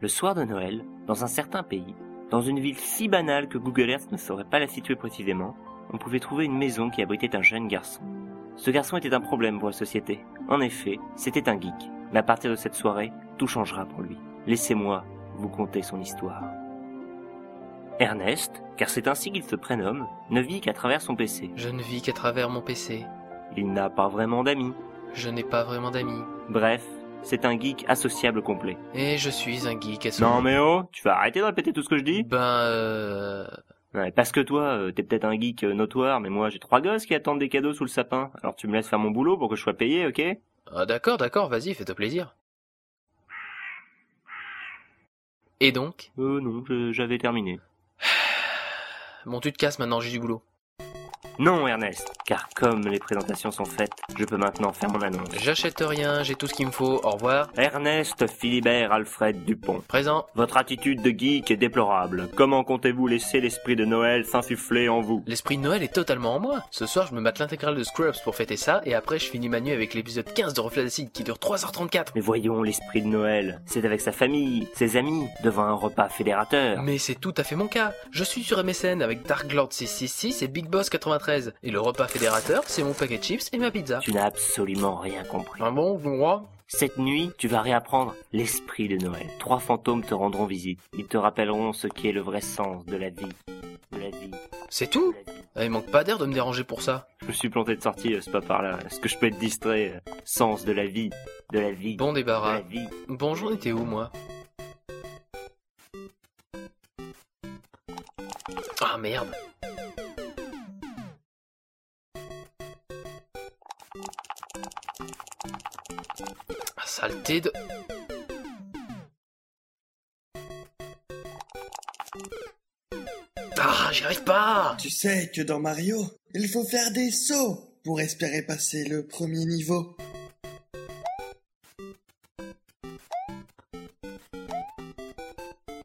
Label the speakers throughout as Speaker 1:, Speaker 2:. Speaker 1: le soir de Noël, dans un certain pays, dans une ville si banale que Google Earth ne saurait pas la situer précisément, on pouvait trouver une maison qui abritait un jeune garçon. Ce garçon était un problème pour la société. En effet, c'était un geek. Mais à partir de cette soirée, tout changera pour lui. Laissez-moi vous conter son histoire. Ernest, car c'est ainsi qu'il se prénomme, ne vit qu'à travers son PC.
Speaker 2: Je ne vis qu'à travers mon PC.
Speaker 1: Il n'a pas vraiment d'amis.
Speaker 2: Je n'ai pas vraiment d'amis.
Speaker 1: Bref, c'est un geek associable complet.
Speaker 2: Et je suis un geek à ce
Speaker 1: Non mais oh, tu vas arrêter de répéter tout ce que je dis
Speaker 2: Ben euh...
Speaker 1: Non, mais Parce que toi, euh, t'es peut-être un geek euh, notoire, mais moi j'ai trois gosses qui attendent des cadeaux sous le sapin. Alors tu me laisses faire mon boulot pour que je sois payé, ok
Speaker 2: Ah d'accord, d'accord, vas-y, fais-toi plaisir. Et donc
Speaker 1: Euh non, je- j'avais terminé.
Speaker 2: Bon, tu te casses maintenant, j'ai du boulot.
Speaker 1: Non Ernest, car comme les présentations sont faites, je peux maintenant faire mon annonce.
Speaker 2: J'achète rien, j'ai tout ce qu'il me faut, au revoir.
Speaker 1: Ernest Philibert Alfred Dupont.
Speaker 2: Présent.
Speaker 1: Votre attitude de geek est déplorable. Comment comptez-vous laisser l'esprit de Noël s'insuffler en vous
Speaker 2: L'esprit de Noël est totalement en moi. Ce soir, je me mate l'intégrale de Scrubs pour fêter ça, et après, je finis ma nuit avec l'épisode 15 de Reflet d'Acide qui dure 3h34.
Speaker 1: Mais voyons, l'esprit de Noël, c'est avec sa famille, ses amis, devant un repas fédérateur.
Speaker 2: Mais c'est tout à fait mon cas. Je suis sur MSN avec Dark Lord 666 et Big Boss 93. Et le repas fédérateur, c'est mon paquet de chips et ma pizza.
Speaker 1: Tu n'as absolument rien compris.
Speaker 2: Un bon, vous moi
Speaker 1: Cette nuit, tu vas réapprendre l'esprit de Noël. Trois fantômes te rendront visite. Ils te rappelleront ce qui est le vrai sens de la vie. De la vie.
Speaker 2: C'est
Speaker 1: De
Speaker 2: tout
Speaker 1: la vie.
Speaker 2: Ah, Il manque pas d'air de me déranger pour ça.
Speaker 1: Je me suis planté de sortie, euh, c'est pas par là. Est-ce que je peux être distrait euh, Sens de la vie. De la vie.
Speaker 2: Bon
Speaker 1: de la
Speaker 2: débarras.
Speaker 1: vie.
Speaker 2: Bon, j'en étais où, moi Ah merde Ah, Saleté de... Ah, j'y arrive pas
Speaker 3: Tu sais que dans Mario, il faut faire des sauts pour espérer passer le premier niveau.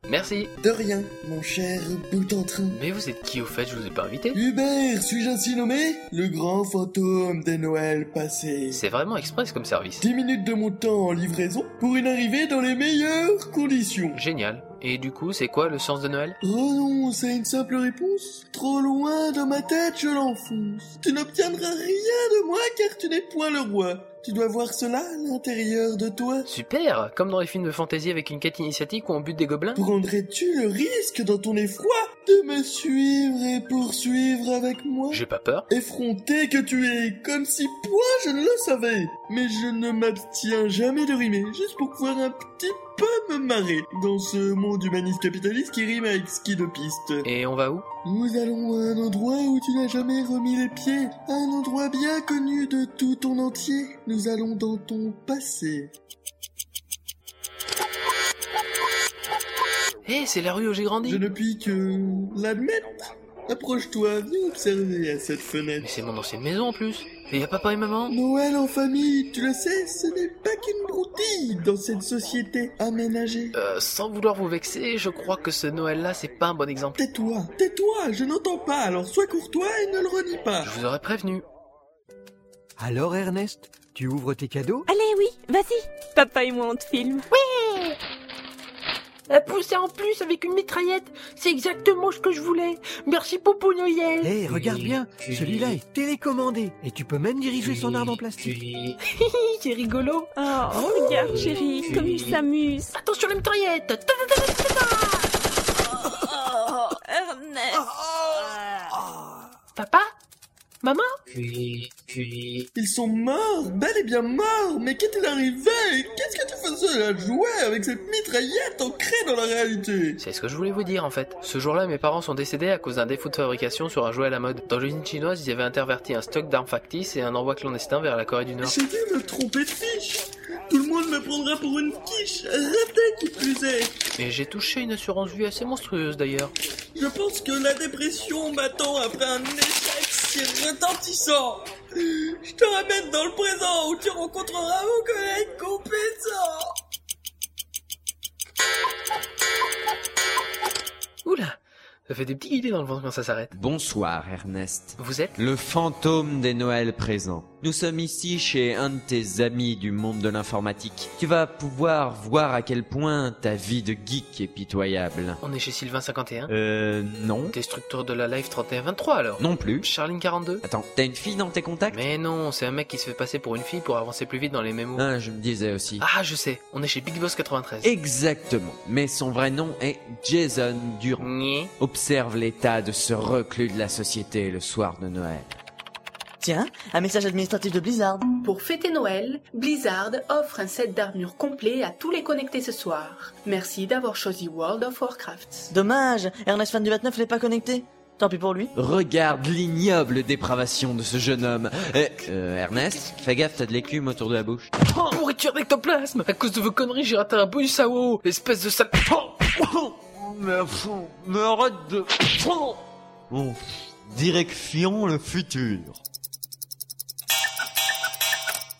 Speaker 2: Merci
Speaker 3: De rien, mon cher bout en train.
Speaker 2: Mais vous êtes qui au fait Je vous ai pas invité
Speaker 3: Hubert, suis-je ainsi nommé Le grand fantôme des Noëls passés.
Speaker 2: C'est vraiment express comme service.
Speaker 3: 10 minutes de mon temps en livraison pour une arrivée dans les meilleures conditions.
Speaker 2: Génial. Et du coup, c'est quoi le sens de Noël
Speaker 3: Renonce à une simple réponse Trop loin dans ma tête, je l'enfonce. Tu n'obtiendras rien de moi car tu n'es point le roi. Tu dois voir cela à l'intérieur de toi.
Speaker 2: Super Comme dans les films de fantasy avec une quête initiatique où on bute des gobelins
Speaker 3: Prendrais-tu le risque dans ton effroi de me suivre et poursuivre avec moi
Speaker 2: J'ai pas peur.
Speaker 3: Effronté que tu es, comme si point je ne le savais. Mais je ne m'abstiens jamais de rimer, juste pour pouvoir un petit peu me marrer dans ce monde humaniste capitaliste qui rime avec ski de piste.
Speaker 2: Et on va où
Speaker 3: Nous allons à un endroit où tu n'as jamais remis les pieds, un endroit bien connu de tout ton entier. Nous allons dans ton passé.
Speaker 2: Eh, c'est la rue où j'ai grandi
Speaker 3: Je ne puis que l'admettre. Approche-toi, viens observer à cette
Speaker 2: Mais
Speaker 3: fenêtre.
Speaker 2: c'est mon ancienne maison en plus Et y a papa et maman
Speaker 3: Noël en famille, tu le sais, ce n'est pas qu'une broutille dans cette société aménagée.
Speaker 2: Euh, sans vouloir vous vexer, je crois que ce Noël-là, c'est pas un bon exemple.
Speaker 3: Tais-toi, tais-toi, je n'entends pas, alors sois courtois et ne le redis pas.
Speaker 2: Je vous aurais prévenu.
Speaker 4: Alors Ernest, tu ouvres tes cadeaux
Speaker 5: Allez, oui, vas-y. Papa et moi, on te filme.
Speaker 6: Un poussée en plus avec une mitraillette, c'est exactement ce que je voulais. Merci Popo Noël.
Speaker 4: Hé, Eh, regarde bien, celui-là est télécommandé et tu peux même diriger son arme en plastique.
Speaker 6: Hi, c'est rigolo.
Speaker 5: Oh, regarde, chérie, comme il s'amuse.
Speaker 6: Attention la mitraillette. Ta- ta-
Speaker 5: Oh, Ernest.
Speaker 6: ta- Papa Maman
Speaker 3: Ils sont morts, bel et bien morts, mais qu'est-il arrivé Qu'est-ce que tu faisais à jouer avec cette mitraillette ancrée dans la réalité
Speaker 2: C'est ce que je voulais vous dire en fait. Ce jour-là, mes parents sont décédés à cause d'un défaut de fabrication sur un jouet à la mode. Dans l'usine chinoise, ils avaient interverti un stock d'armes factices et un envoi clandestin vers la Corée du Nord.
Speaker 3: J'ai dû me tromper de fiche Tout le monde me prendra pour une quiche, ratée qui plus est
Speaker 2: Et j'ai touché une assurance vue assez monstrueuse d'ailleurs.
Speaker 3: Je pense que la dépression m'attend après un échec si retentissant. Je te ramène dans le présent où tu rencontreras mon collègue compétent.
Speaker 2: Oula Ça fait des petits guillis dans le ventre quand ça s'arrête.
Speaker 7: Bonsoir Ernest.
Speaker 2: Vous êtes
Speaker 7: Le fantôme des Noëls présents. Nous sommes ici chez un de tes amis du monde de l'informatique. Tu vas pouvoir voir à quel point ta vie de geek est pitoyable.
Speaker 2: On est chez Sylvain 51
Speaker 7: Euh, non.
Speaker 2: Destructeur de la Live 3123 alors
Speaker 7: Non plus.
Speaker 2: Charline 42
Speaker 7: Attends, t'as une fille dans tes contacts
Speaker 2: Mais non, c'est un mec qui se fait passer pour une fille pour avancer plus vite dans les mémos.
Speaker 7: Ah, je me disais aussi.
Speaker 2: Ah, je sais, on est chez Big Boss 93.
Speaker 7: Exactement. Mais son vrai nom est Jason Durand.
Speaker 2: Nyeh.
Speaker 7: Observe l'état de ce reclus de la société le soir de Noël.
Speaker 8: Tiens, un message administratif de Blizzard.
Speaker 9: Pour fêter Noël, Blizzard offre un set d'armure complet à tous les connectés ce soir. Merci d'avoir choisi World of Warcraft.
Speaker 8: Dommage, Ernest Fan du 29 n'est pas connecté. Tant pis pour lui.
Speaker 7: Regarde l'ignoble dépravation de ce jeune homme. Eh, euh, Ernest, fais gaffe, t'as de l'écume autour de la bouche.
Speaker 2: Oh, pourriture d'ectoplasme À cause de vos conneries, j'ai raté un bonus à WoW Espèce de sale... Oh
Speaker 7: Mais, mais arrête de... Bon, direction le futur.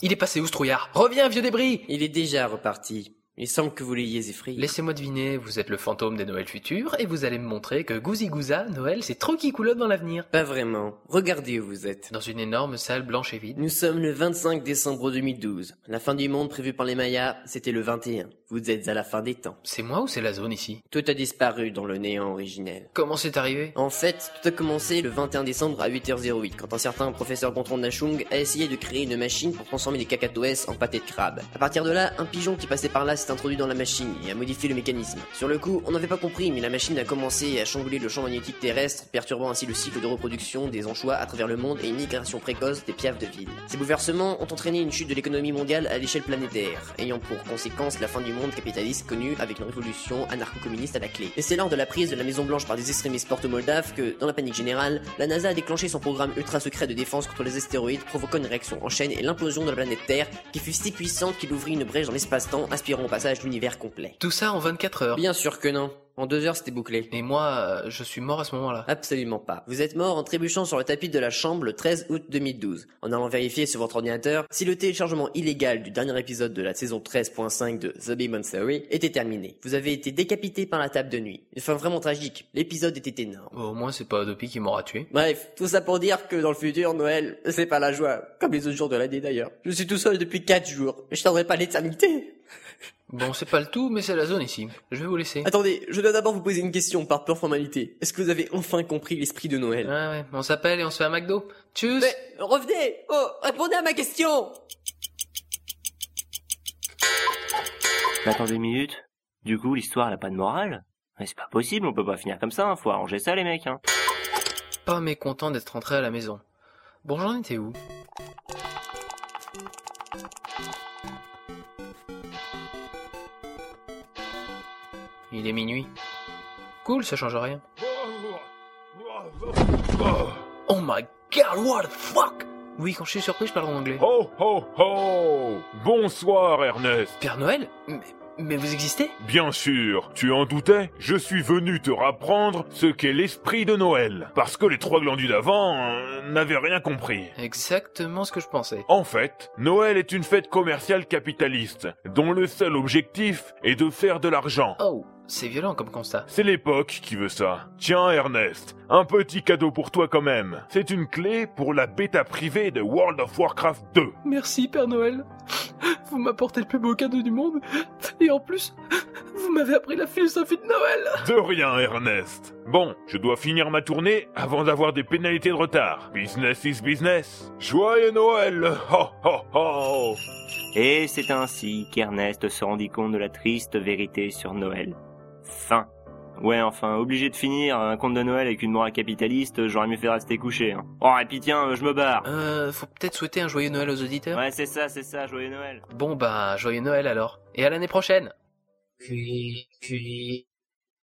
Speaker 2: Il est passé où ce trouillard Reviens, vieux débris
Speaker 10: Il est déjà reparti. Il semble que vous l'ayez effrayé.
Speaker 2: Laissez-moi deviner, vous êtes le fantôme des Noëls futurs et vous allez me montrer que Gouzi Gouza, Noël, c'est trop qui coulotte dans l'avenir.
Speaker 10: Pas vraiment. Regardez où vous êtes.
Speaker 2: Dans une énorme salle blanche et vide,
Speaker 10: Nous sommes le 25 décembre 2012. La fin du monde prévue par les Mayas, c'était le 21. Vous êtes à la fin des temps.
Speaker 2: c'est moi ou c'est la zone ici
Speaker 10: Tout a disparu dans le néant originel.
Speaker 2: Comment c'est arrivé
Speaker 10: En fait, tout a commencé le 21 décembre à 8h08, quand un certain professeur Gontran Nachung a essayé de créer une machine pour transformer les cacatoès en pâté de crabe. À partir de là, un pigeon qui passait par là s'est introduit dans la machine et a modifié le mécanisme. Sur le coup, on n'avait pas compris, mais la machine a commencé à chambouler le champ magnétique terrestre, perturbant ainsi le cycle de reproduction des anchois à travers le monde et une migration précoce des piaves de ville. Ces bouleversements ont entraîné une chute de l'économie mondiale à l'échelle planétaire, ayant pour conséquence la fin du monde capitaliste connu avec une révolution anarcho-communiste à la clé. Et c'est lors de la prise de la Maison Blanche par des extrémistes porto-moldaves que, dans la panique générale, la NASA a déclenché son programme ultra secret de défense contre les astéroïdes, provoquant une réaction en chaîne et l'implosion de la planète Terre, qui fut si puissante qu'il ouvrit une brèche dans l'espace-temps, aspirant au passage l'univers complet.
Speaker 2: Tout ça en 24 heures.
Speaker 10: Bien sûr que non. En deux heures, c'était bouclé.
Speaker 2: Et moi, euh, je suis mort à ce moment-là.
Speaker 10: Absolument pas. Vous êtes mort en trébuchant sur le tapis de la chambre le 13 août 2012, en allant vérifier sur votre ordinateur si le téléchargement illégal du dernier épisode de la saison 13.5 de The Big Bang Theory était terminé. Vous avez été décapité par la table de nuit. Une fin vraiment tragique. L'épisode était énorme.
Speaker 2: Bon, au moins, c'est pas Adopi qui m'aura tué.
Speaker 10: Bref, tout ça pour dire que dans le futur, Noël, c'est pas la joie. Comme les autres jours de l'année d'ailleurs. Je suis tout seul depuis 4 jours. Je tiendrai pas l'éternité.
Speaker 2: Bon, c'est pas le tout, mais c'est la zone ici. Je vais vous laisser.
Speaker 10: Attendez, je dois d'abord vous poser une question par pure formalité. Est-ce que vous avez enfin compris l'esprit de Noël?
Speaker 2: Ouais, ouais, on s'appelle et on se fait un McDo. Tchuss
Speaker 10: Mais revenez Oh, répondez à ma question
Speaker 1: Attendez une minute. Du coup, l'histoire, elle a pas de morale Mais c'est pas possible, on peut pas finir comme ça, hein. faut arranger ça, les mecs. Hein.
Speaker 2: Pas mécontent d'être rentré à la maison. Bon, j'en étais où Il est minuit. Cool, ça change rien. Oh my god, what the fuck Oui, quand je suis surpris, je parle en anglais.
Speaker 11: Ho ho ho Bonsoir Ernest
Speaker 2: Père Noël mais, mais vous existez
Speaker 11: Bien sûr, tu en doutais Je suis venu te rapprendre ce qu'est l'esprit de Noël. Parce que les trois glandus d'avant euh, n'avaient rien compris.
Speaker 2: Exactement ce que je pensais.
Speaker 3: Oh.
Speaker 11: En fait, Noël est une fête commerciale capitaliste, dont le seul objectif est de faire de l'argent.
Speaker 2: Oh, c'est violent comme constat.
Speaker 11: C'est l'époque qui veut ça. Tiens Ernest, un petit cadeau pour toi quand même. C'est une clé pour la bêta privée de World of Warcraft 2.
Speaker 2: Merci Père Noël. Vous m'apportez le plus beau cadeau du monde. Et en plus, vous m'avez appris la philosophie de Noël.
Speaker 11: De rien, Ernest. Bon, je dois finir ma tournée avant d'avoir des pénalités de retard. Business is business. Joyeux Noël Ho ho ho
Speaker 1: Et c'est ainsi qu'Ernest se rendit compte de la triste vérité sur Noël. Fin. Ouais, enfin, obligé de finir un conte de Noël avec une morale capitaliste, j'aurais mieux fait de rester couché. Hein. Oh, et puis tiens, euh, je me barre.
Speaker 2: Euh, faut peut-être souhaiter un joyeux Noël aux auditeurs.
Speaker 1: Ouais, c'est ça, c'est ça, joyeux Noël.
Speaker 2: Bon bah, joyeux Noël alors. Et à l'année prochaine.
Speaker 6: Puis, puis,